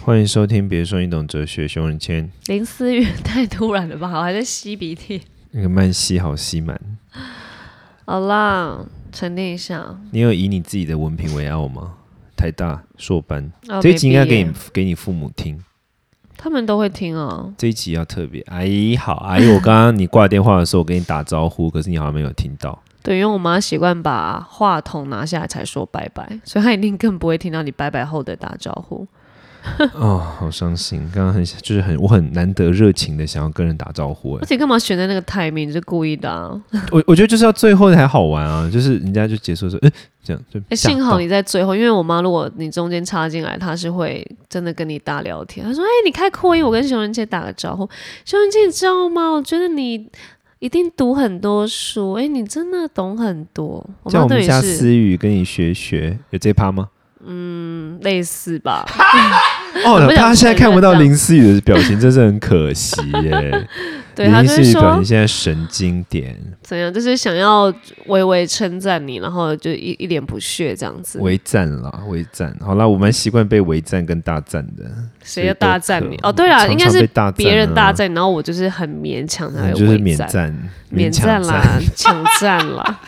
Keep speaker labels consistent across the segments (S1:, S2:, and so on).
S1: 欢迎收听，别说你懂哲学，熊仁谦，
S2: 林思雨太突然了吧，我还在吸鼻涕。
S1: 那个慢吸好吸满。
S2: 好啦，沉淀一下。
S1: 你有以你自己的文凭为傲吗？台大硕班，
S2: 啊、
S1: 这一集应该
S2: 没毕
S1: 给
S2: 业
S1: 你给你父母听，
S2: 他们都会听哦。
S1: 这一集要特别。阿姨好，阿姨，我刚刚你挂电话的时候，我跟你打招呼，可是你好像没有听 到。
S2: 对，因为我妈习惯把话筒拿下来才说拜拜，所以她一定更不会听到你拜拜后的打招呼。
S1: 哦，好伤心。刚刚很就是很我很难得热情的想要跟人打招呼，
S2: 而
S1: 哎，
S2: 且干嘛选在那个 timing？你是故意的啊！
S1: 我我觉得就是要最后才好玩啊，就是人家就结束说，哎、这样就
S2: 哎、
S1: 吓到。
S2: 幸好你在最后，因为我妈如果你中间插进来，她是会真的跟你大聊天。她说：“哎、你开扩音，我跟熊仁姐打个招呼。熊仁姐，你知道吗？我觉得你一定读很多书，哎、你真的懂很多。”我
S1: 叫
S2: 妈
S1: 我们
S2: 对
S1: 家
S2: 你是
S1: 思雨跟你学学，有这趴吗？
S2: 嗯类似 吧？
S1: 哦，
S2: 不想
S1: 他现在
S2: 承
S1: 看不
S2: 认
S1: 到
S2: 这样
S1: 林思雨的表情，真是很可惜 耶。
S2: 对，
S1: 林
S2: 她就
S1: 思
S2: 是
S1: 雨表
S2: 说
S1: 情现在神经点，
S2: 怎样，就是想要微微称赞你，然后就一一脸不屑这样子。
S1: 微赞啦，微赞。好啦，我蛮习惯被微赞跟大赞的。
S2: 谁要大赞你？哦，对
S1: 啊，
S2: 啊，
S1: 常
S2: 应该
S1: 常被
S2: 是
S1: 大
S2: 别人
S1: 啊
S2: 大，赞，然后我就是很勉强才
S1: 嗯
S2: 会
S1: 就是
S2: 微
S1: 免
S2: 赞。
S1: 赞，
S2: 免
S1: 强
S2: 战啦，抢战 啦，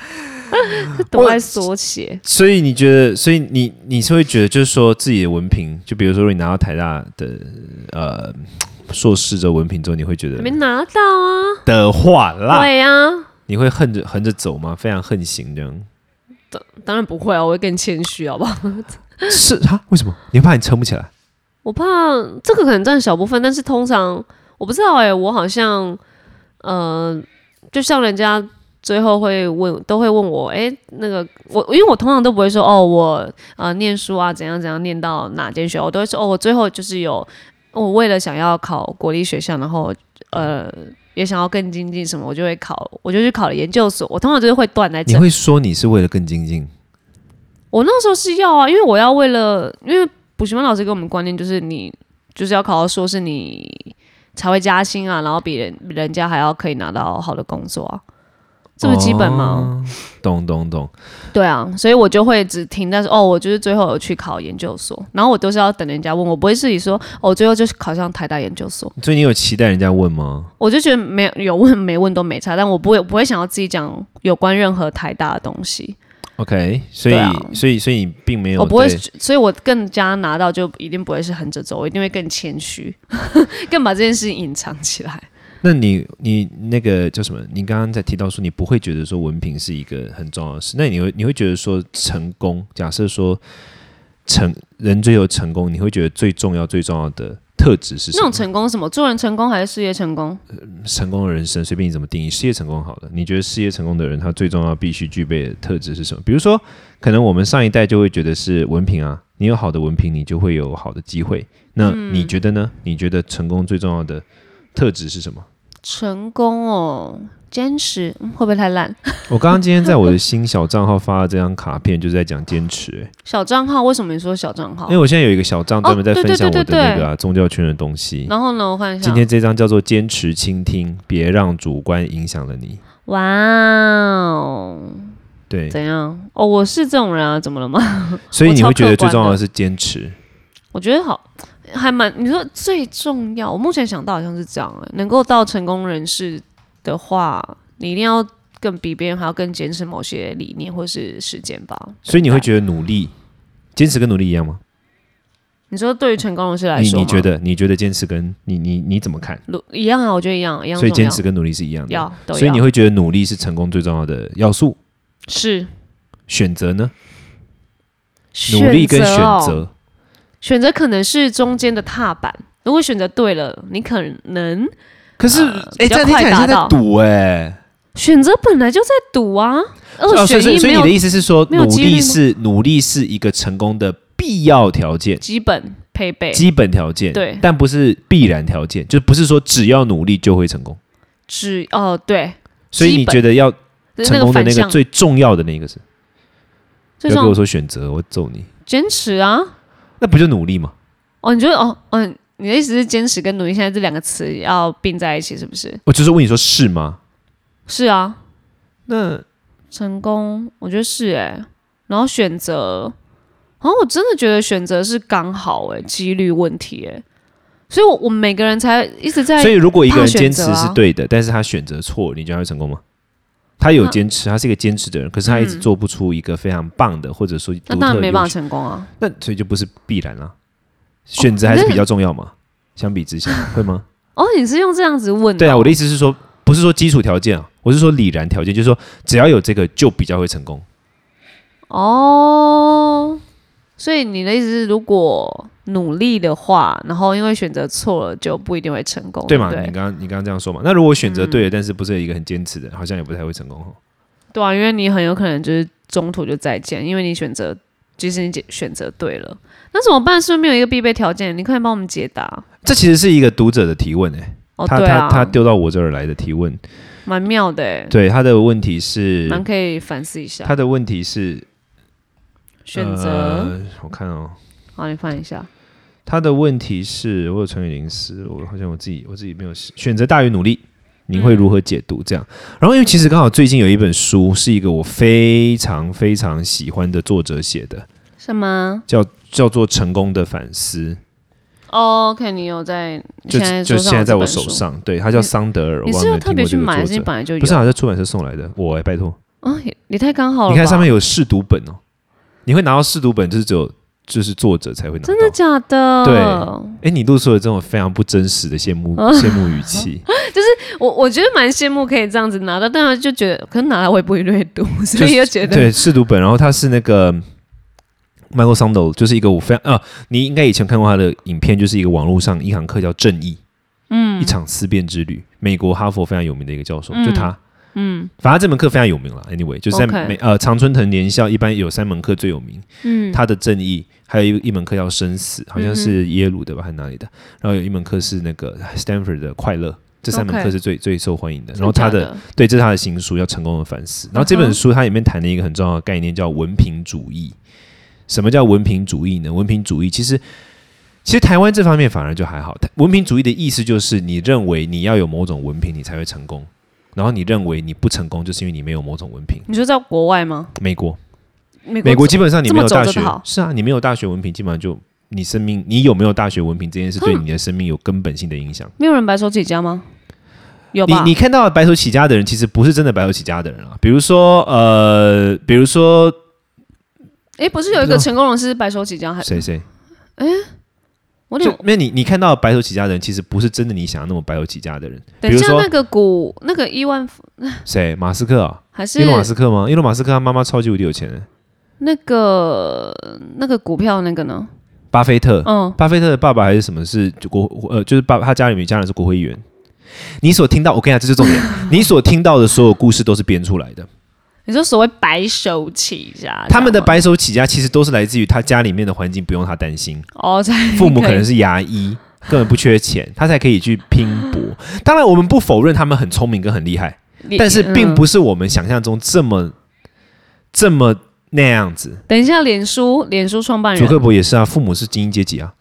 S2: 都爱缩写。
S1: 所以你觉得，所以你你是会觉得，就是说自己的文凭，就比如说如果你拿到台大的呃硕士的文凭之后，你会觉
S2: 还没
S1: 得
S2: 拿到啊？
S1: 的话啦，
S2: 对啊，
S1: 你会横着横着走吗？非常横行这样？
S2: 当然不会啊，我会更谦虚，好不好？
S1: 是啊？为什么？你怕你撑不起来？
S2: 我怕这个可能占小部分，但是通常我不知道哎、我好像呃，就像人家最后会问，都会问我哎、那个我因为我通常都不会说哦，我呃念书啊怎样怎样念到哪间学校，我都会说哦，我最后就是有我为了想要考国立学校，然后呃。也想要更精进什么，我就会考，我就去考了研究所。我通常就是会断来
S1: 你
S2: 整。
S1: 会说你是为了更精进？
S2: 我那时候是要啊，因为我要为了，因为补习班老师给我们观念就是你就是要考到硕士，你才会加薪啊，然后比人比人家还要可以拿到好的工作啊，这不是基本吗？
S1: 哦？懂懂懂。
S2: 对啊，所以我就会只停在说哦，我就是最后有去考研究所，然后我都是要等人家问我，不会自己说哦，我最后就是考上台大研究所，
S1: 所以你有期待人家问吗？
S2: 我就觉得没有有问没问都没差，但我不会不会想要自己讲有关任何台大的东西，
S1: OK，所以、
S2: 对啊
S1: 所以所以你并没有
S2: 我不会，
S1: 对
S2: 所以我更加拿到就一定不会是横着走，我一定会更谦虚， 更把这件事情隐藏起来。
S1: 那你你那个叫什么？你刚刚在提到说你不会觉得说文凭是一个很重要的事，那你会你会觉得说成功？假设说成人追求成功，你会觉得最重要最重要的特质是
S2: 那
S1: 什么
S2: 种？成功是什么，做人成功还是事业成功？
S1: 成功的人生，随便你怎么定义，事业成功好了，你觉得事业成功的人他最重要必须具备的特质是什么？比如说，可能我们上一代就会觉得是文凭啊，你有好的文凭，你就会有好的机会。那
S2: 嗯
S1: 你觉得呢？你觉得成功最重要的特质是什么？
S2: 成功哦，坚持、嗯会不会太烂？
S1: 我刚刚今天在我的新小账号发了这张卡片，就是在讲坚持、欸
S2: 小账号为什么你说小账号
S1: 因为？我现在有一个小账专门在
S2: 哦哦对
S1: 分享我的
S2: 对对对嗯
S1: 那个、啊、宗教圈的东西。
S2: 然后呢，我看一下
S1: 今，天这张叫做“坚持倾听，别让主观影响了你
S2: 哇哦，”。
S1: 对，
S2: 怎样？哦，我是这种人啊，怎么了吗？
S1: 所以
S2: 我
S1: 你
S2: 超
S1: 会觉得
S2: 客
S1: 最
S2: 观
S1: 重要
S2: 的
S1: 的是坚持。
S2: 我觉得好，还蛮你说最重要，我目前想到好像是这样、欸，能够到成功人士的话，你一定要更比别人还要更坚持某些理念或是时间吧。啊
S1: 所以你会觉得努力、坚持跟努力一样吗？
S2: 你说对于成功人士来
S1: 你
S2: 说吗，
S1: 你觉得你觉得坚持跟你你你怎么看？
S2: 如一样啊？我觉得一样，一样
S1: 所
S2: 重要。
S1: 以坚持跟努力是一样的，
S2: 要都要，
S1: 所以你会觉得努力是成功最重要的要素。
S2: 是
S1: 选择呢？努力跟选
S2: 择哦，
S1: 择，
S2: 选择可能是中间的踏板。如果选择对了，你可能
S1: 可是
S2: 呃
S1: 哎，
S2: 比较
S1: 这样听起来
S2: 快
S1: 像
S2: 达
S1: 在
S2: 到
S1: 赌哎。
S2: 选择本来就在赌啊，
S1: 哦
S2: 二
S1: 所
S2: 选
S1: 以所以
S2: 一
S1: 所以
S2: 没
S1: 你
S2: 有
S1: 的意思是说，
S2: 没有
S1: 努
S2: 几率
S1: 力
S2: 吗
S1: 是努力是一个成功的必要条件、
S2: 基本配备，
S1: 基本条件，
S2: 对
S1: 但不是必然条件，就不是说只要努力就会成功。
S2: 只哦对，
S1: 所以你
S2: 基本
S1: 觉得要
S2: 就是
S1: 成功的
S2: 反
S1: 那个
S2: 向
S1: 最重要的那个是，不
S2: 最
S1: 要
S2: 重
S1: 给
S2: 要
S1: 我说选择，我揍你。
S2: 坚持啊。
S1: 那不就努力吗？
S2: 哦，你觉得哦，嗯、你的意思是坚持跟努力现在这两个词要并在一起，是不是？
S1: 我就是问你说是吗？
S2: 是啊，
S1: 那
S2: 成功，我觉得是哎、然后选择，然后我真的觉得选择是刚好、欸，哎，几率问题、欸，哎，所以我我们每个人才一直在
S1: 所以如果一个人
S2: 怕选
S1: 坚
S2: 择
S1: 持
S2: 啊
S1: 是对的，但是他选择错，你觉得他会成功吗？他有
S2: 那
S1: 坚持，他是一个坚持的人，可是他一直做不出一个非常棒的，或者说
S2: 那
S1: 独
S2: 当
S1: 特
S2: 然
S1: 的
S2: 没办
S1: 优
S2: 法
S1: 秀，
S2: 成功啊。
S1: 那所以就不是必然啦、选择还是比较重要嘛。相比之下，会吗？
S2: 哦，你是用这样子问、
S1: 对啊，我的意思是说，不是说基础条件啊，我是说理然条件，就是说只要有这个，就比较会成功。
S2: 哦，所以你的意思是，如果努力的话，然后因为选择错了，就不一定会成功，
S1: 对
S2: 哦对嗯
S1: 嘛？
S2: 不
S1: 你
S2: 对？
S1: 刚刚你刚刚这样说嘛？那如果选择对了，但是不是一个很坚持的，好像也不太会成功哦。
S2: 对啊，因为你很有可能就是中途就再见，因为你选择，即使你解选择对了，那怎么办？是不是没有一个必备条件？你快点帮我们解答。
S1: 这其实是一个读者的提问诶、欸
S2: 哦，
S1: 他
S2: 对
S1: 他他
S2: 啊，
S1: 丢到我这儿来的提问，
S2: 蛮妙的欸，
S1: 对他的问题是，
S2: 蛮可以反思一下。
S1: 他的问题是
S2: 选择，
S1: 呃，我看哦，
S2: 好，你放一下。
S1: 他的问题是，我有乘以零四，我好像我自己我自己没有选择大于努力，你会如
S2: 嗯
S1: 何解读这样？然后因为其实刚好最近有一本书是一个我非常非常喜欢的作者写的，
S2: 什么
S1: 叫叫做《成功的反思
S2: 哦？OK，你有在
S1: 就
S2: 现在
S1: 就
S2: 桌上
S1: 现在
S2: 有这
S1: 在我
S2: 本
S1: 手
S2: 书，
S1: 上，对，他叫桑德尔，我
S2: 你
S1: 不
S2: 是
S1: 知道
S2: 要
S1: 你
S2: 特
S1: 有没
S2: 别
S1: 有
S2: 去
S1: 听过这
S2: 买，还
S1: 个
S2: 是你
S1: 作者？
S2: 本来就有？
S1: 不是好像出版社送来的，我、哎拜托，
S2: 啊，也也太刚好了吧。
S1: 你看上面有试读本哦，你会拿到试读本，就是只有就是作者才会拿到。
S2: 真的假的？
S1: 哦对哎，你露出了这种非常不真实的羡 慕羡慕语气，
S2: 我我觉得蛮羡慕可以这样子拿到，但是就觉得可能拿来我也不会阅读，所以就觉得
S1: 对试读本，然后他是那个 Michael Sandel，就是一个我非常啊，你应该以前看过他的影片，就是一个网络上一堂课叫《正义》，嗯，一场思辨之旅，美国哈佛非常有名的一个教授，就他。嗯，反正这门课非常有名了。Anyway，就是在
S2: OK
S1: 美呃常春藤联校一般有三门课最有名，
S2: 嗯
S1: 他的正义，还有一一门课叫生死，好像是耶鲁的吧，还是哪里的？然后有一门课是那个 Stanford 的快乐，这三门
S2: OK
S1: 课是最最受欢迎的。
S2: 真
S1: 然后他
S2: 假
S1: 的对，这是他的新书叫《成功的反思》。然后这本
S2: 嗯哼
S1: 书它里面谈了一个很重要的概念，叫文凭主义。什么叫文凭主义呢？文凭主义其实，其实台湾这方面反而就还好。台文凭主义的意思就是，你认为你要有某种文凭，你才会成功。然后你认为你不成功，就是因为你没有某种文凭。
S2: 你说在国外吗？
S1: 美国，
S2: 美
S1: 美国
S2: 国
S1: 基本上你
S2: 这
S1: 没
S2: 么
S1: 有
S2: 走
S1: 大
S2: 就
S1: 学
S2: 好，
S1: 是啊，你没有大学文凭，基本上就你生命，你有没有大学文凭这件事，对你的生命有根本性的影响。
S2: 没有人白手起家吗？有
S1: 你
S2: 吧？
S1: 你看到白手起家的人，其实不是真的白手起家的人啊。比如说，呃，比如说
S2: 哎，不是有
S1: 不知道
S2: 一个成功人士是白手起家，还
S1: 谁谁，
S2: 我有
S1: 就
S2: 点
S1: 那你你看到白手起家的人，其实不是真的你想要那么白手起家的人。比
S2: 等一
S1: 如
S2: 下
S1: 说
S2: 那个股那个亿万富
S1: 谁，马斯克啊，
S2: 还是嗯
S1: 伊隆马斯克吗？伊隆马斯克他妈妈超级无敌有钱人，
S2: 那个那个股票那个呢？
S1: 巴菲特，
S2: 嗯，
S1: 巴菲特的爸爸还是什么是就国呃，就是爸他家里面家人是国会议员。你所听到，我跟你讲，这就是重点。你所听到的所有故事都是编出 来的。
S2: 你说所谓白手起家，
S1: 他们的
S2: 这样吗
S1: 白手起家其实都是来自于他家里面的环境，不用他担心。
S2: 哦，才
S1: 父母可能是牙医，根本不缺钱，他才可以去拼搏。当然，我们不否认他们很聪明跟很厉害，
S2: 你
S1: 但是并
S2: 嗯
S1: 不是我们想象中这么这么那样子。
S2: 等一下，脸书脸书创办
S1: 祖
S2: 人
S1: 克伯也是啊，父母是精英阶级啊，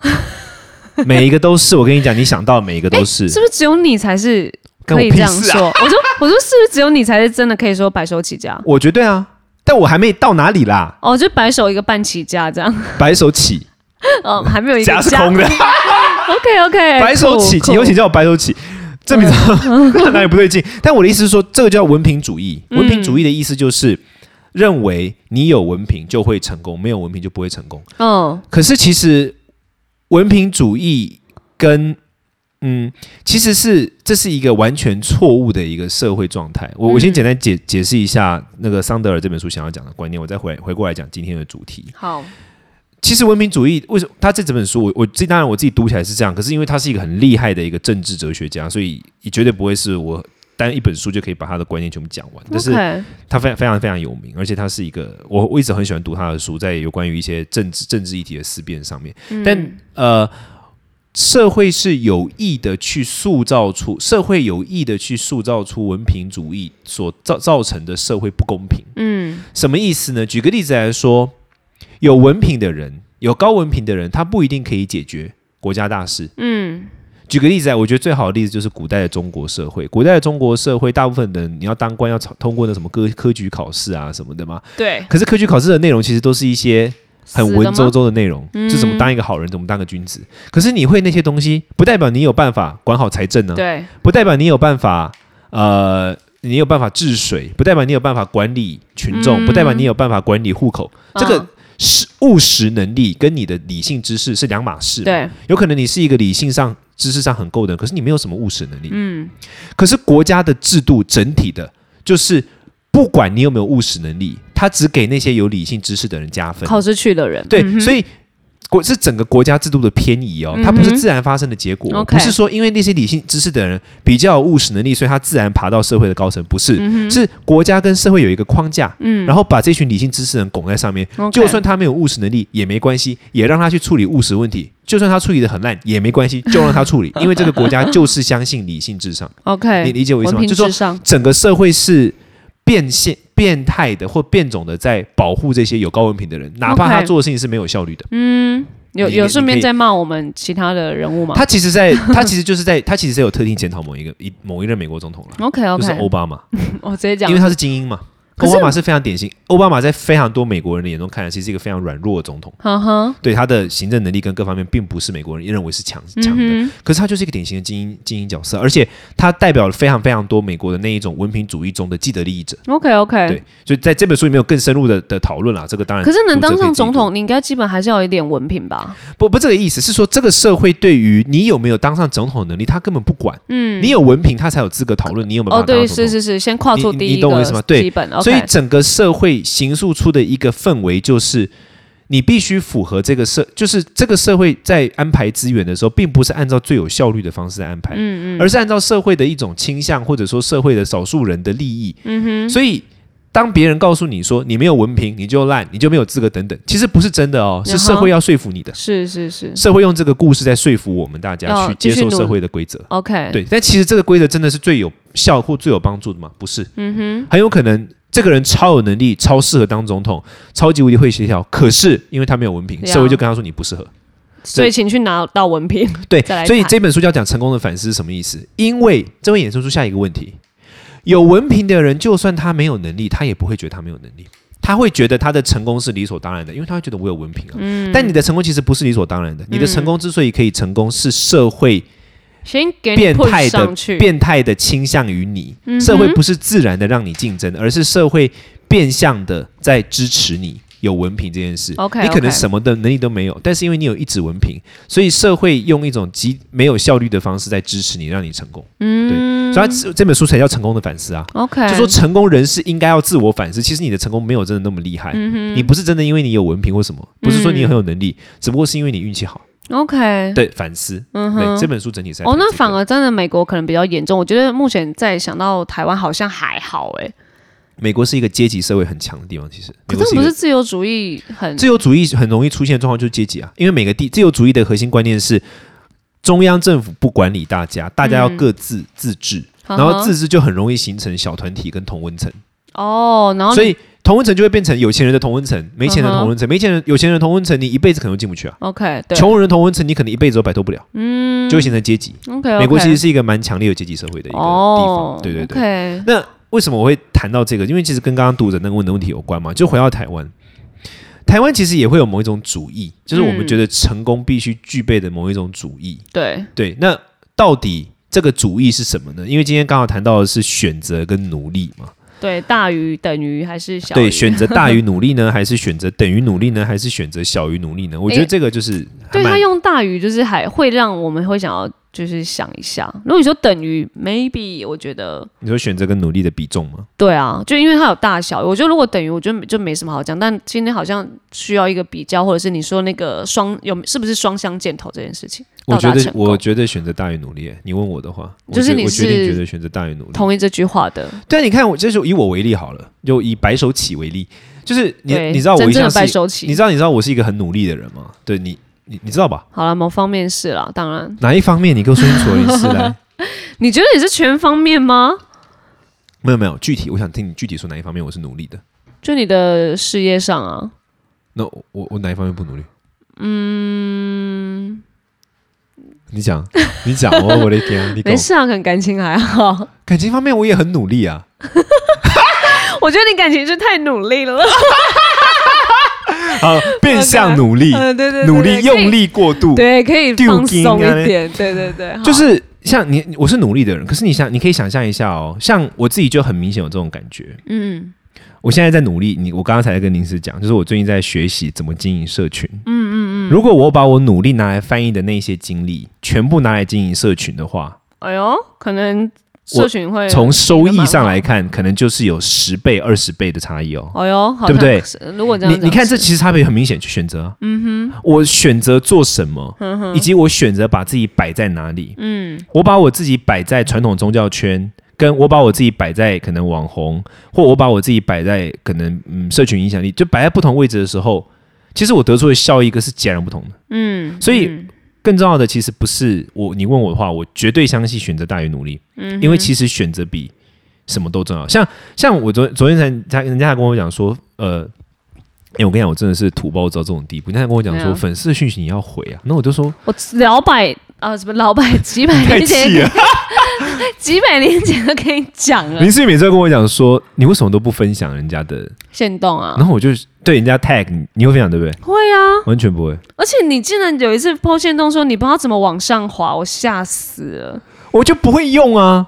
S1: 每一个都是。我跟你讲，你想到的每一个都是，
S2: 哎是不是只有你才是
S1: 跟
S2: 可
S1: 我
S2: 以
S1: 屁
S2: 这样
S1: 事啊！
S2: 说？我说我说是不是只有你才是真的可以说白手起家？
S1: 我觉得啊，但我还没到哪里啦，
S2: 哦，就白手一个半起家这样，
S1: 白手起
S2: 哦，还没有一个
S1: 家是空的，
S2: OK OK，
S1: 白手起，以后请叫我白手起。这名字 哪里不对劲？但我的意思是说，这个叫文凭主义。文凭主义的意思就是认为你有文凭就会成功，没有文凭就不会成功。
S2: 嗯
S1: 可是其实文凭主义跟嗯，其实是这是一个完全错误的一个社会状态。我我先
S2: 嗯
S1: 简单解解释一下那个桑德尔这本书想要讲的观念，我再回回过来讲今天的主题。
S2: 好，
S1: 其实文明主义为什么他这整本书，我我这当然我自己读起来是这样，可是因为他是一个很厉害的一个政治哲学家，所以也绝对不会是我单一本书就可以把他的观念全部讲完。但是
S2: OK，
S1: 他非常非常非常有名，而且他是一个我我一直很喜欢读他的书，在有关于一些政治政治议题的思辨上面。但呃，社会是有意的去塑造出社会有意的去塑造出文凭主义所造造成的社会不公平。
S2: 嗯
S1: 什么意思呢？举个例子来说，有文凭的人，有高文凭的人，他不一定可以解决国家大事。
S2: 嗯
S1: 举个例子来，我觉得最好的例子就是古代的中国社会。古代的中国社会，大部分的人你要当官要考通过那什么科科举考试啊什么的嘛。
S2: 对，
S1: 可是科举考试的内容其实都是一些很
S2: 死了
S1: 文
S2: 吗
S1: 绉绉的内容，就怎么当一个好人，怎么当个君子。可是你会那些东西，不代表你有办法管好财政啊呢、
S2: 对，
S1: 不代表你有办法，呃，你有办法治水，不代表你有办法管理群众，
S2: 嗯
S1: 不代表你有办法管理户口。这个
S2: 嗯
S1: 是务实能力跟你的理性知识是两码事。，
S2: 对，
S1: 有可能你是一个理性上、知识上很够的人，可是你没有什么务实能力。
S2: 嗯，
S1: 可是国家的制度整体的，就是不管你有没有务实能力，它只给那些有理性知识的人加分。
S2: 靠失去的人，
S1: 对，
S2: 嗯哼
S1: 所以国是整个国家制度的偏移哦，
S2: 嗯哼
S1: 它不是自然发生的结果，哦
S2: OK
S1: 不是说因为那些理性知识的人比较有务实能力，所以他自然爬到社会的高层，不是，是国家跟社会有一个框架。
S2: 嗯，
S1: 然后把这群理性知识的人拱在上面，
S2: OK
S1: 就算他没有务实能力也没关系，也让他去处理务实问题。就算他处理的很烂也没关系，就让他处 理，因为这个国家就是相信理性至上。你
S2: OK，
S1: 理解我意思
S2: 文
S1: 吗？
S2: 凭
S1: 就说
S2: 至上，
S1: 整个社会是变现、变态的或变种的，在保护这些有高文凭的人，哪怕
S2: OK
S1: 他做的事情是没有效率的。
S2: 嗯，有
S1: 你
S2: 有
S1: 你
S2: 顺
S1: 可
S2: 便
S1: 以
S2: 在骂我们其他的人物吗
S1: 他其实在， 他其实就是在，他其实是有特定检讨某一个一某一任美国总统了。
S2: ？OK
S1: 就是奥
S2: OK，
S1: 巴马，
S2: 我直接讲
S1: 因为，他是精英嘛。
S2: 可
S1: 奥
S2: 是
S1: 巴马是非常典型，奥巴马在非常多美国人的眼中看来，其实是一个非常软弱的总统。
S2: 哈哈，
S1: 对他的行政能力跟各方面，并不是美国人认为是强强的。
S2: 嗯哼，
S1: 可是他就是一个典型的精英精英角色，而且他代表了非常非常多美国的那一种文凭主义中的既得利益者。
S2: OK OK，
S1: 对，所以在这本书里面有更深入的的讨论啦。这个当然，
S2: 可是能当
S1: 读者可以自
S2: 上
S1: 己
S2: 总统，你应该基本还是要有一点文凭吧？
S1: 读不不这个意思是说，这个社会对于你有没有当上总统的能力，他根本不管。
S2: 嗯，
S1: 你有文凭，他才有资格讨论你有没有
S2: 哦，
S1: 办法当
S2: 对，
S1: 上总统。
S2: 是是是，先跨
S1: 你
S2: 出
S1: 你
S2: 第
S1: 你
S2: 一
S1: 懂我
S2: 个
S1: 意思吗对
S2: 基本
S1: 所以
S2: ，OK，
S1: 整个社会形塑出的一个氛围就是。你必须符合这个社，就是这个社会在安排资源的时候，并不是按照最有效率的方式来安排，
S2: 嗯嗯，
S1: 而是按照社会的一种倾向，或者说社会的少数人的利益。
S2: 嗯哼，
S1: 所以，当别人告诉你说你没有文凭，你就烂，你就没有资格等等，其实不是真的哦，
S2: 嗯
S1: 是
S2: 哼
S1: 社会要说服你的。
S2: 是是是
S1: 社会用这个故事在说服我们大家
S2: 要
S1: 去
S2: 继
S1: 接
S2: 续
S1: 受
S2: 努
S1: 社会的规则。
S2: ，OK，，
S1: 对，但其实这个规则真的是最有效或最有帮助的吗？不是，
S2: 嗯
S1: 很有可能这个人超有能力，超适合当总统，超级无敌会协调，可是因为他没有文凭，
S2: 对啊
S1: 社会就跟他说你不适合。
S2: 哼，所以请去拿到文凭，
S1: 对
S2: 再来，
S1: 所以
S2: 谈
S1: 这本书就要讲成功的反思是什么意思？因为这会衍生出下一个问题：有文凭的人，就算他没有能力，他也不会觉得他没有能力，他会觉得他的成功是理所当然的，因为他会觉得我有文凭啊。
S2: 嗯
S1: 但你的成功其实不是理所当然的，你的成功之所以可以成功，是社会
S2: 先给你
S1: 变
S2: push
S1: 态的
S2: 上去，
S1: 变态的倾向于你，
S2: 嗯哼
S1: 社会不是自然的让你竞争，而是社会变相的在支持你有文凭这件事。
S2: OK，
S1: 你可能
S2: OK
S1: 什么的能力都没有，但是因为你有一纸文凭，所以社会用一种极没有效率的方式在支持你，让你成功。
S2: 嗯，
S1: 所以它这本书才叫《成功的反思》啊。
S2: OK，
S1: 就说成功人士应该要自我反思，其实你的成功没有真的那么厉害，
S2: 嗯
S1: 你不是真的因为你有文凭或什么，不是说你很有能力，只不过是因为你运气好。
S2: OK，
S1: 对，反思，
S2: 嗯
S1: 对这
S2: 哼。
S1: 本书整体在
S2: 哦，
S1: 谈
S2: 那
S1: 这
S2: 反
S1: 个
S2: 而真的美国可能比较严重，我觉得目前在想到台湾好像还好哎、
S1: 美国是一个阶级社会很强的地方，其实。
S2: 可
S1: 美国一
S2: 是不
S1: 个
S2: 是自由主义很嗯
S1: 自由主义很容易出现的状况就是阶级啊，因为每个地自由主义的核心观念是中央政府不管理大家，大家要各自自治，
S2: 哈哈
S1: 然后自治就很容易形成小团体跟同温层，
S2: 哦，然后
S1: 所以同温层就会变成有钱人的同温层，没钱人的
S2: 嗯哼
S1: 同温层，没钱人有钱人的同温层，你一辈子可能都进不去啊。
S2: OK 对
S1: 穷人的同温层，你可能一辈子都摆脱不了，嗯，就会形成阶级。
S2: OK，
S1: 美国其实是一个蛮强烈的阶级社会的一个地
S2: 哦
S1: 方，对对对。
S2: ，OK
S1: 那为什么我会谈到这个？因为其实跟刚刚读者那个问的问题有关嘛。就回到台湾，台湾其实也会有某一种主义，就是我们
S2: 嗯
S1: 觉得成功必须具备的某一种主义。
S2: 对，
S1: 对，那到底这个主义是什么呢？因为今天刚好谈到的是选择跟努力嘛。
S2: 对，大于等于还是小于？
S1: 对，选择大于努力 呢，还是选择等于努力呢，还是选择小于努力呢？我觉得
S2: 诶
S1: 这个就是还
S2: 对
S1: 蛮
S2: 他用大于就是还会让我们会想要就是想一下。如果你说等于，maybe 我觉得
S1: 你说选择跟努力的比重吗？
S2: 对啊，就因为它有大小。我觉得如果等于，我觉得就没什么好讲。但今天好像需要一个比较，或者是你说那个双有是不是双相箭头这件事情？
S1: 我觉
S2: 到达
S1: 得
S2: 成功
S1: 我觉得选择大于努力。你问我的话，我
S2: 就是
S1: 觉
S2: 你
S1: 我决定
S2: 是
S1: 觉得选择大于努力。
S2: 同意这句话的，
S1: 对啊，你看我，这就以我为例好了，就以白手起为例，就是你
S2: 对，
S1: 你知道我
S2: 真
S1: 一
S2: 正
S1: 向
S2: 的白
S1: 是，
S2: 手
S1: 你
S2: 起。
S1: 知道你知道我是一个很努力的人吗？对你你你知道吧？
S2: 好了，某方面是啦，当然，
S1: 哪一方面你给我说清楚了，你是 来
S2: 你觉得你是全方面吗？
S1: 没有没有具体，我想听你具体说哪一方面我是努力的。
S2: 就你的事业上啊，
S1: 那我我我哪一方面不努力？嗯，你讲你讲， 我我的天，你
S2: 没
S1: 讲
S2: 事啊，可能感情还好。
S1: 感情方面我也很努力啊。
S2: 我觉得你感情是太努力了。
S1: 好，变相努力，
S2: 嗯， 对对，对
S1: 努力用，力过度，
S2: 对可以对，可以
S1: 丢
S2: 放
S1: 筋
S2: 松
S1: 啊
S2: 一点，对对对，好
S1: 就是像你，我是努力的人，可是你想，你可以想象一下哦，像我自己就很明显有这种感觉。
S2: 嗯
S1: 我现在在努力，你我刚刚才在跟林思讲，就是我最近在学习怎么经营社群。嗯嗯嗯。如果我把我努力拿来翻译的那些经历，全部拿来经营社群的话，
S2: 哎呦，可能
S1: 我
S2: 社群会
S1: 从收益上来
S2: 看。
S1: 看，可能就是有十倍、二十倍的差异哦。
S2: 哦哟，好
S1: 对不对
S2: 像是？如果这样
S1: 你
S2: 讲
S1: 你看，这
S2: 是
S1: 其实差别很明显，去选择。嗯哼，我选择做什么，以及我选择把自己摆在哪里。
S2: 嗯
S1: 我把我自己摆在传统宗教圈，跟我把我自己摆在可能网红，或我把我自己摆在可能嗯社群影响力，就摆在不同位置的时候，其实我得出的效益个是截然不同的。
S2: 嗯，
S1: 所以
S2: 嗯
S1: 更重要的其实不是我，你问我的话，我绝对相信选择大于努力，
S2: 嗯
S1: 因为其实选择比什么都重要。像像我昨昨天才才人家还跟我讲说，呃，哎、我跟你讲，我真的是土包子到这种地步。人家还跟我讲
S2: 怎
S1: 说，
S2: 样
S1: 粉丝的讯息你要回 啊，那我就说
S2: 我老百啊什么 老百几百
S1: 太
S2: 年
S1: 气
S2: 前
S1: 了。
S2: 几百年前都跟你讲了
S1: 林，思雨每次都跟我讲说，你为什么都不分享人家的？
S2: 现动啊
S1: 然，后我就对人家 tag 你，你会分享对不对？
S2: 会啊，
S1: 完全不会，
S2: 而且你竟然有一次抛线动说你不知道怎么往上滑，我吓死了。
S1: 我就不会用啊。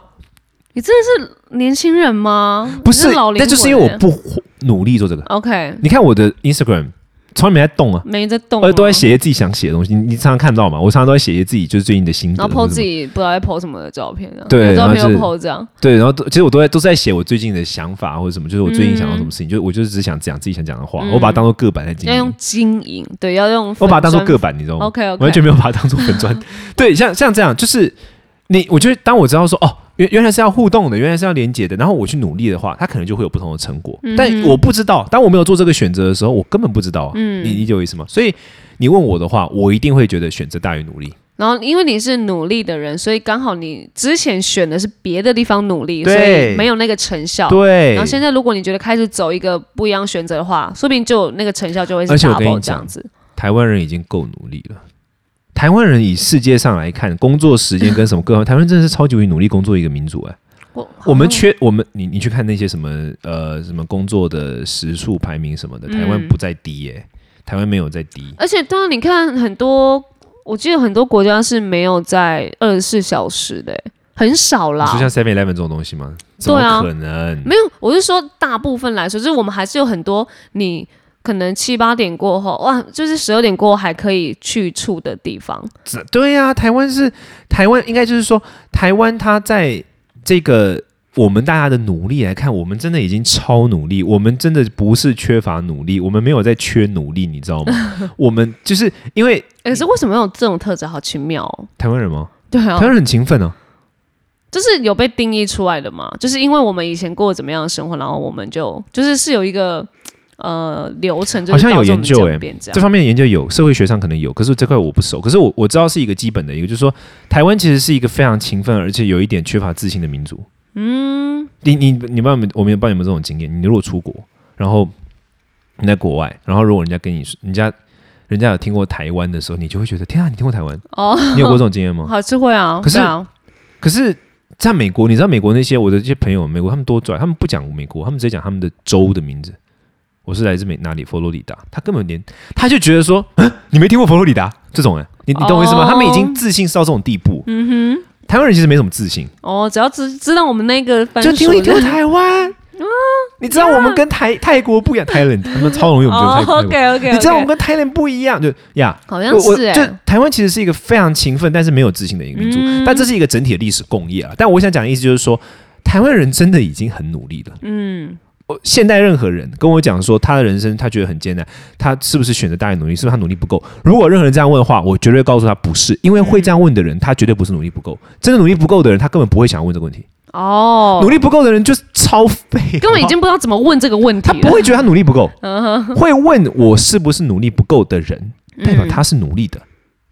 S2: 你真的是年轻人吗？
S1: 不
S2: 你
S1: 是，
S2: 老灵
S1: 那
S2: 魂
S1: 就是因为我不努力做这个。
S2: OK
S1: 你看我的 Instagram 从来没在动啊，
S2: 没在动，
S1: 而都在，写一些自己想写的东西。你你常常看到嘛？我常常都在写一些自己就是最近的心得，
S2: 然后 PO
S1: 或者
S2: 自
S1: 什么
S2: 己不知道在 PO 什么的照片啊，
S1: 对
S2: 有时候没有
S1: 然
S2: PO 这样，
S1: 对，然后都其实我都在都是在写我最近的想法或者什么，就是我最近想到什么事情，就是我就是只想讲自己想讲的话，
S2: 嗯
S1: 我把它当做个板在经
S2: 要用
S1: 营，
S2: 经营，对，要用
S1: 我把它当做
S2: 粉
S1: 个
S2: 砖
S1: 板，你知道吗？
S2: OK OK，
S1: 完全没有把它当做粉 砖。对，像像这样，就是你，我觉得当我知道说哦，原原来是要互动的，原来是要连接的，然后我去努力的话，它可能就会有不同的成果。
S2: 嗯哼
S1: 但我不知道，当我没有做这个选择的时候，我根本不知道、啊。
S2: 嗯
S1: 你理解我意思吗？所以你问我的话，我一定会觉得选择大于努力。
S2: 然后因为你是努力的人，所以刚好你之前选的是别的地方努力，所
S1: 对
S2: 以没有那个成效。
S1: 对
S2: 哦然后现在如果你觉得开始走一个不一样选择的话，说不定就有那个成效就会是
S1: 而且我跟你
S2: double 这
S1: 讲
S2: 样子。
S1: 台湾人已经够努力了。台湾人以世界上来看，工作时间跟什么各方面，台湾真的是超级努力工作的一个民族
S2: 哦
S1: 哎、
S2: 我
S1: 我们缺我们你你去看那些什么呃什么工作的时数排名什么的，台湾
S2: 嗯
S1: 不在低耶、台湾没有在低。
S2: 而且当然你看很多，我记得很多国家是没有在二十四小时的、很少
S1: 你
S2: 啦
S1: 说。像 Seven Eleven 这种东西吗？怎
S2: 对啊
S1: 么可能？
S2: 没有，我是说大部分来说，就是我们还是有很多你可能七八点过后，哇，就是十二点过后还可以去处的地方。
S1: 这对呀、台湾是台湾，应该就是说台湾它在这个我们大家的努力来看，我们真的已经超努力，我们真的不是缺乏努力，我们没有在缺努力，你知道吗？我们就是因为
S2: 欸可是为什么有这种特质？好奇妙哦。
S1: 台湾人吗？
S2: 对
S1: 台
S2: 啊
S1: 湾，人很勤奋啊，
S2: 就是有被定义出来的嘛，就是因为我们以前过怎么样的生活，然后我们就就是是有一个呃流程，就是
S1: 好像有
S2: 导致我
S1: 研
S2: 们
S1: 究
S2: 这
S1: 欸
S2: 样变这
S1: 这
S2: 样。
S1: 方面的研究有，社会学上可能有，可是这块我不熟。可是我我知道是一个基本的一个，就是说台湾其实是一个非常勤奋，而且有一点缺乏自信的民族。嗯，你你你帮我们，我们帮你们这种经验。你如果出国，然后你在国外，然后如果人家跟你说，人家人家有听过台湾的时候，你就会觉得天啊，你听过台湾？
S2: 哦，
S1: 你有过这种经验 吗？
S2: 好是会啊，
S1: 嗯可是
S2: 对啊，
S1: 可是在美国，你知道美国那些我的这些朋友，美国他们多拽，他们不讲美国，他们直接讲他们的州的名字。我是来自美哪里？佛罗里达。他根本连他就觉得说，嗯你没听过佛罗里达这种人，你你懂我意思吗
S2: 哦
S1: 他们已经自信是到这种地步。
S2: 嗯哼，
S1: 台湾人其实没什么自信，
S2: 哦，只要知知道我们那个分
S1: 就听
S2: 数
S1: 你听过
S2: 的。
S1: 台湾，
S2: 啊
S1: 你知道我们跟台泰国不一样，泰人他们超容易我们觉得泰国
S2: 哦
S1: 泰国。
S2: ，OK OK，
S1: 你知道我们跟泰人不一样，就呀，
S2: 好
S1: 我
S2: 像
S1: 我
S2: 是哎、
S1: 就台湾其实是一个非常勤奋但是没有自信的一个民族，
S2: 嗯
S1: 但这是一个整体的历史共业啊。但我想讲的意思就是说，台湾人真的已经很努力了。
S2: 嗯，
S1: 我现代任何人跟我讲说他的人生他觉得很艰难，他是不是选择大于努力？是不是他努力不够？如果任何人这样问的话，我绝对告诉他不是，因为会这样问的人，他绝对不是努力不够。真的努力不够的人，他根本不会想问这个问题。
S2: 哦，
S1: 努力不够的人就是超废，
S2: 根本已经不知道怎么问这个问题
S1: 他
S2: 了。
S1: 不会觉得他努力不够，
S2: 嗯哼
S1: 会问我是不是努力不够的人，代表
S2: 嗯
S1: 他是努力的。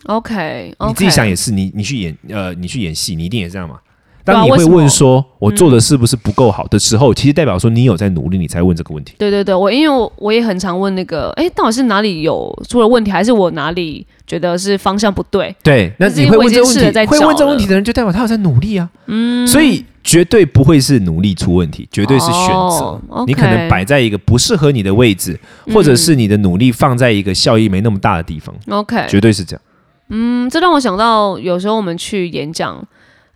S2: ，OK，
S1: 你自己想也是，你你去演呃，你去演戏，你一定也这样嘛。
S2: 对啊
S1: 当你会
S2: 为什么嗯
S1: 问说“我做的是不是不够好”的时候，其实代表说你有在努力，你才问这个问题。
S2: 对对对，我因为我我也很常问那个，哎，到底是哪里有出了问题，还是我哪里觉得是方向不对，
S1: 对，那
S2: 可是
S1: 你
S2: 因
S1: 会
S2: 为我
S1: 问
S2: 已
S1: 这
S2: 经
S1: 个问
S2: 试了再
S1: 题，会
S2: 找
S1: 问这个
S2: 了
S1: 问题的人，就代表他有在努力啊。嗯，所以绝对不会是努力出问题，绝对是选择
S2: 哦。，OK 嗯
S1: 你可能摆在一个不适合你的位置，或者是你的努力放在一个效益没那么大的地方，
S2: OK，
S1: 绝对是这样。
S2: 嗯，这让我想到，有时候我们去演讲，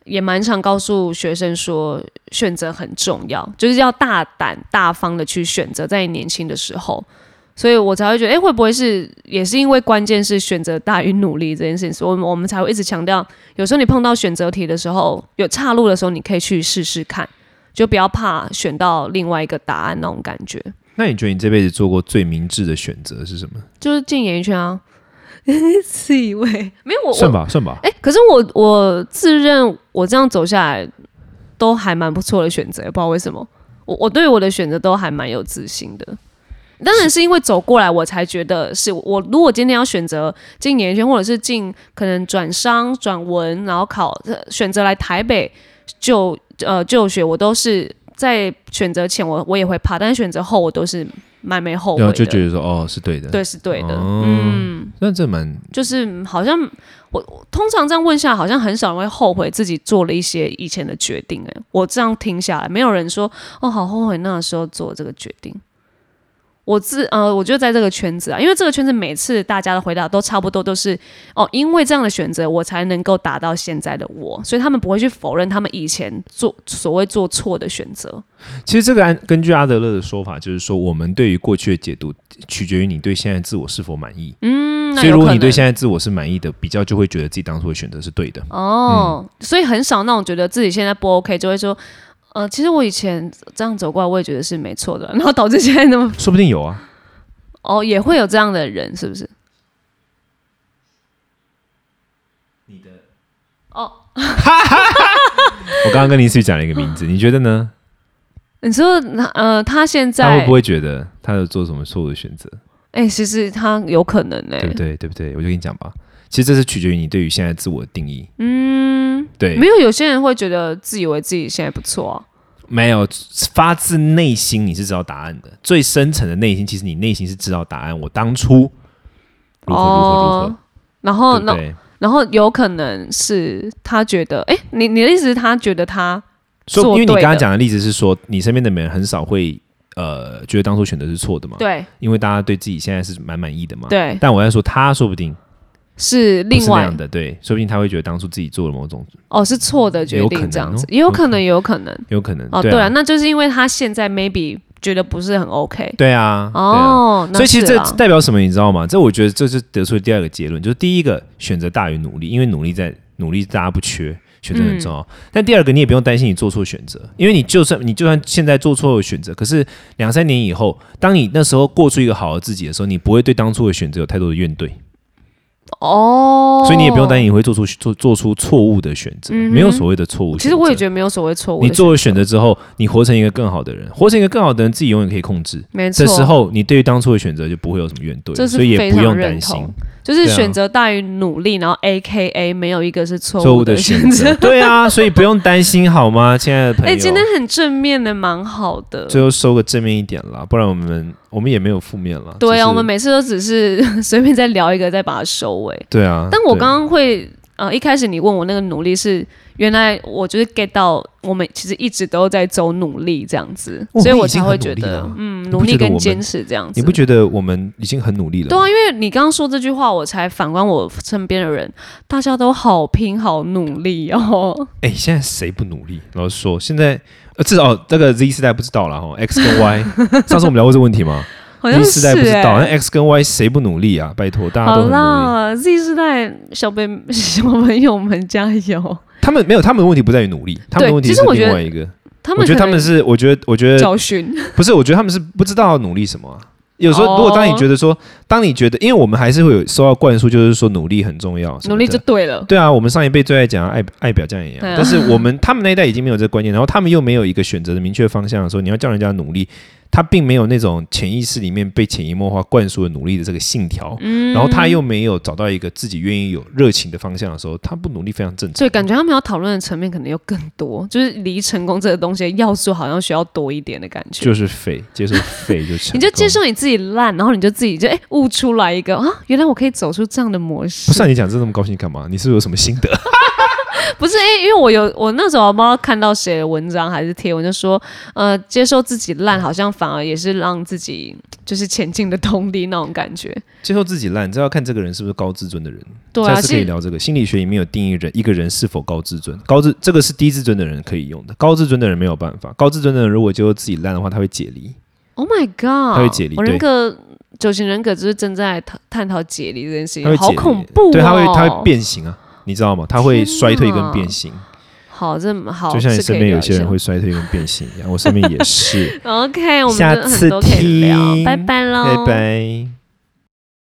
S2: 也蛮常告诉学生说，选择很重要，就是要大胆大方的去选择，在你年轻的时候。所以我才会觉得，哎、会不会是也是因为关键是选择大于努力这件事情，所以我们我们才会一直强调，有时候你碰到选择题的时候，有岔路的时候，你可以去试试看，就不要怕选到另外一个答案那种感觉。
S1: 那你觉得你这辈子做过最明智的选择是什么？
S2: 就是进演艺圈啊， 自以为没有我我
S1: 算吧，算吧。
S2: 哎、可是我我自认我这样走下来都还蛮不错的选择，不知道为什么，我我对我的选择都还蛮有自信的。当然是因为走过来，我才觉得是我。如果今天要选择进演艺圈，或者是进可能转商、转文，然后考呃选择来台北就呃就学，我都是在选择前我我也会怕，但是选择后我都是蛮没后悔
S1: 然
S2: 的，
S1: 后就觉得说，哦，是对的。，
S2: 对是对的，
S1: 哦
S2: 嗯。
S1: 那这蛮
S2: 就是好像我我通常这样问下来，好像很少人会后悔自己做了一些以前的决定、欸。哎，我这样听下来，没有人说哦，好后悔那时候做这个决定。我自呃，我觉得在这个圈子啊，因为这个圈子每次大家的回答都差不多，都是哦，因为这样的选择，我才能够达到现在的我，所以他们不会去否认他们以前做所谓做错的选择。
S1: 其实这个按根据阿德勒的说法，就是说我们对于过去的解读，取决于你对现在的自我是否满意。
S2: 嗯，那
S1: 所以
S2: 有
S1: 如果
S2: 可能
S1: 你对现在自我是满意的，比较就会觉得自己当初的选择是对的。
S2: 哦，所以很少那种觉得自己现在不 OK，就会说，呃，其实我以前这样走过来，我也觉得是没错的， 然后导致现在那么
S1: 说不定有啊，
S2: 哦，也会有这样的人，是不是？你的哦，
S1: 我刚刚跟林思雨讲了一个名字，
S2: 嗯
S1: 你觉得呢？
S2: 你说呃，他现在
S1: 他会不会觉得他有做什么错误的选择，
S2: 哎、其实他有可能哎、
S1: 对不对？对不对？我就跟你讲吧，其实这是取决于你对于现在自我的定义。
S2: 嗯，
S1: 对
S2: 没，有有些人会觉得自以为自己现在不错啊，
S1: 没有发自内心，你是知道答案的。最深层的内心，其实你内心是知道答案。我当初如何如何如
S2: 哦然后
S1: 何，对
S2: 那
S1: 不对？
S2: 然后有可能是他觉得，哎、你你的意思是他觉得他
S1: 所以，
S2: 做
S1: 因为你
S2: 对
S1: 刚刚
S2: 的
S1: 讲的例子是说，你身边的人很少会呃觉得当初选择是错的嘛？，
S2: 对
S1: 因为大家对自己现在是蛮满意的嘛。。
S2: 对
S1: 但我在说，他说不定
S2: 是
S1: 不
S2: 另
S1: 是那
S2: 外
S1: 样的，对，说不定他会觉得当初自己做了某种，
S2: 哦，是错的决
S1: 有可
S2: 定
S1: 能
S2: 这样子
S1: 哦，
S2: 也有可能，也有可能。
S1: 有可能。
S2: 哦，
S1: 对
S2: 对
S1: 啊
S2: 了，，那就是因为他现在 maybe 觉得不是很 OK。
S1: 对啊，对啊。
S2: 哦，那
S1: 所以其实
S2: 是
S1: 这
S2: 啦
S1: 代表什么，你知道吗？这我觉得这是得出的第二个结论，就是第一个选择大于努力，因为努力在努力大家不缺，选择
S2: 嗯
S1: 很重要。但第二个你也不用担心你做错选择，因为你就算你就算现在做错了选择，可是两三年以后，当你那时候过出一个好的自己的时候，你不会对当初的选择有太多的怨怼，
S2: 哦，
S1: 所以你也不用担心你会做出做做出错误的选择，
S2: 嗯哼
S1: 没有所谓的错误选择。
S2: 其实我也觉得没有所谓错误的
S1: 你
S2: 选择，
S1: 做了选择之后，你活成一个更好的人，活成一个更好的人，自己永远可以控制。
S2: 没错。
S1: 这时候，你对于当初的选择就不会有什么怨怼，
S2: 这是
S1: 所以也不
S2: 非
S1: 用
S2: 常认
S1: 担心
S2: 同就是
S1: 对啊
S2: 选择大于努力，然后 A K A 没有一个是错
S1: 错误
S2: 的
S1: 的选择。
S2: 择。
S1: 对啊，所以不用担心好吗，亲爱的朋友？
S2: 哎，今天很正面的，蛮好的。
S1: 最后收个正面一点啦，不然我们我们也没有负面了。
S2: 对
S1: 只
S2: 啊，
S1: 是
S2: 我们每次都只是 随便再聊一个，再把它收尾。
S1: 对啊。
S2: 但我
S1: 对
S2: 刚刚会呃，一开始你问我那个努力是，原来我就是 get 到我们其实一直都在走努力这样子，
S1: 我们
S2: 所以我
S1: 已经
S2: 才会
S1: 很
S2: 觉
S1: 努力
S2: 得
S1: 了，
S2: 嗯，
S1: 不
S2: 努力
S1: 觉得我
S2: 跟
S1: 们
S2: 坚持这样子。
S1: 你不觉得我们已经很努力了？
S2: 对啊，因为你刚刚说这句话，我才反观我身边的人，大家都好拼好努力哦。
S1: 哎、现在谁不努力？老实说，现在呃，至少这个 Z 世代不知道了哈，X 跟 Y，上次我们聊过这个问题吗
S2: 好像
S1: ？Z
S2: 是
S1: 世代不知道，那
S2: 哎、
S1: X 跟 Y 谁不努力啊？拜托，大家
S2: 好
S1: 都很努力。
S2: 啦，Z 世代小辈 小朋友们加油！
S1: 他们没有，他们的问题不在于努力，他们的
S2: 对
S1: 问题
S2: 其
S1: 是
S2: 实我觉
S1: 另
S2: 得
S1: 外一个。
S2: 他
S1: 我
S2: 们
S1: 觉得
S2: 可
S1: 他们
S2: 能
S1: 是，我觉得，我觉得
S2: 教训，
S1: 不是，我觉得他们是不知道努力什么啊、有时候，
S2: 哦
S1: 如果当你觉得说，当你觉得，因为我们还是会有收到灌输，就是说努力很重要什么的，
S2: 努力就对了。
S1: 对啊。我们上一辈最爱讲啊爱爱表这样一样，
S2: 对啊
S1: 但是我们他们那一代已经没有这个观念，然后他们又没有一个选择的明确方向的时候，你要叫人家努力，他并没有那种潜意识里面被潜移默化灌输的努力的这个信条，
S2: 嗯
S1: 然后他又没有找到一个自己愿意有热情的方向的时候，他不努力非常正常。
S2: 所以感觉他们要讨论的层面可能又更多，就是离成功这个东西的要素好像需要多一点的感觉。
S1: 就是废，接受废就成
S2: 你就
S1: 功
S2: 接受你自己烂，然后你就自己就哎、悟出来一个啊，原来我可以走出这样的模式。
S1: 不是、啊、你讲这那么高兴干嘛？你是不是有什么心得？
S2: 不是，因为因为我有我那时候不知道看到谁的文章还是贴文，就说呃，接受自己烂，好像反而也是让自己就是前进的动力那种感觉。
S1: 接受自己烂，这要看这个人是不是高自尊的人。
S2: 对
S1: 下
S2: 啊，
S1: 次可以
S2: 是
S1: 聊这个心理学里面有定义人一个人是否高自尊，高自这个是低自尊的人可以用的，高自尊的人没有办法。高自尊的人如果接受自己烂的话，他会解离。
S2: Oh my God，
S1: 他会解离
S2: 我人
S1: 对
S2: 格九型人格就是正在探探讨解离这件事
S1: 他会
S2: 情，好
S1: 解离
S2: 恐怖、哦。
S1: 对，他会他会。变形啊，你知道吗？他会
S2: 天哪
S1: 衰退跟变形，
S2: 好，这好，
S1: 就像你
S2: 这哦可
S1: 身
S2: 以
S1: 边有
S2: 聊一
S1: 些人
S2: 下
S1: 会衰退跟变形 一样，我身边也是。
S2: OK，我们
S1: 下
S2: 真的
S1: 次
S2: 很多可以聊，
S1: 听
S2: 拜拜喽，
S1: 拜拜。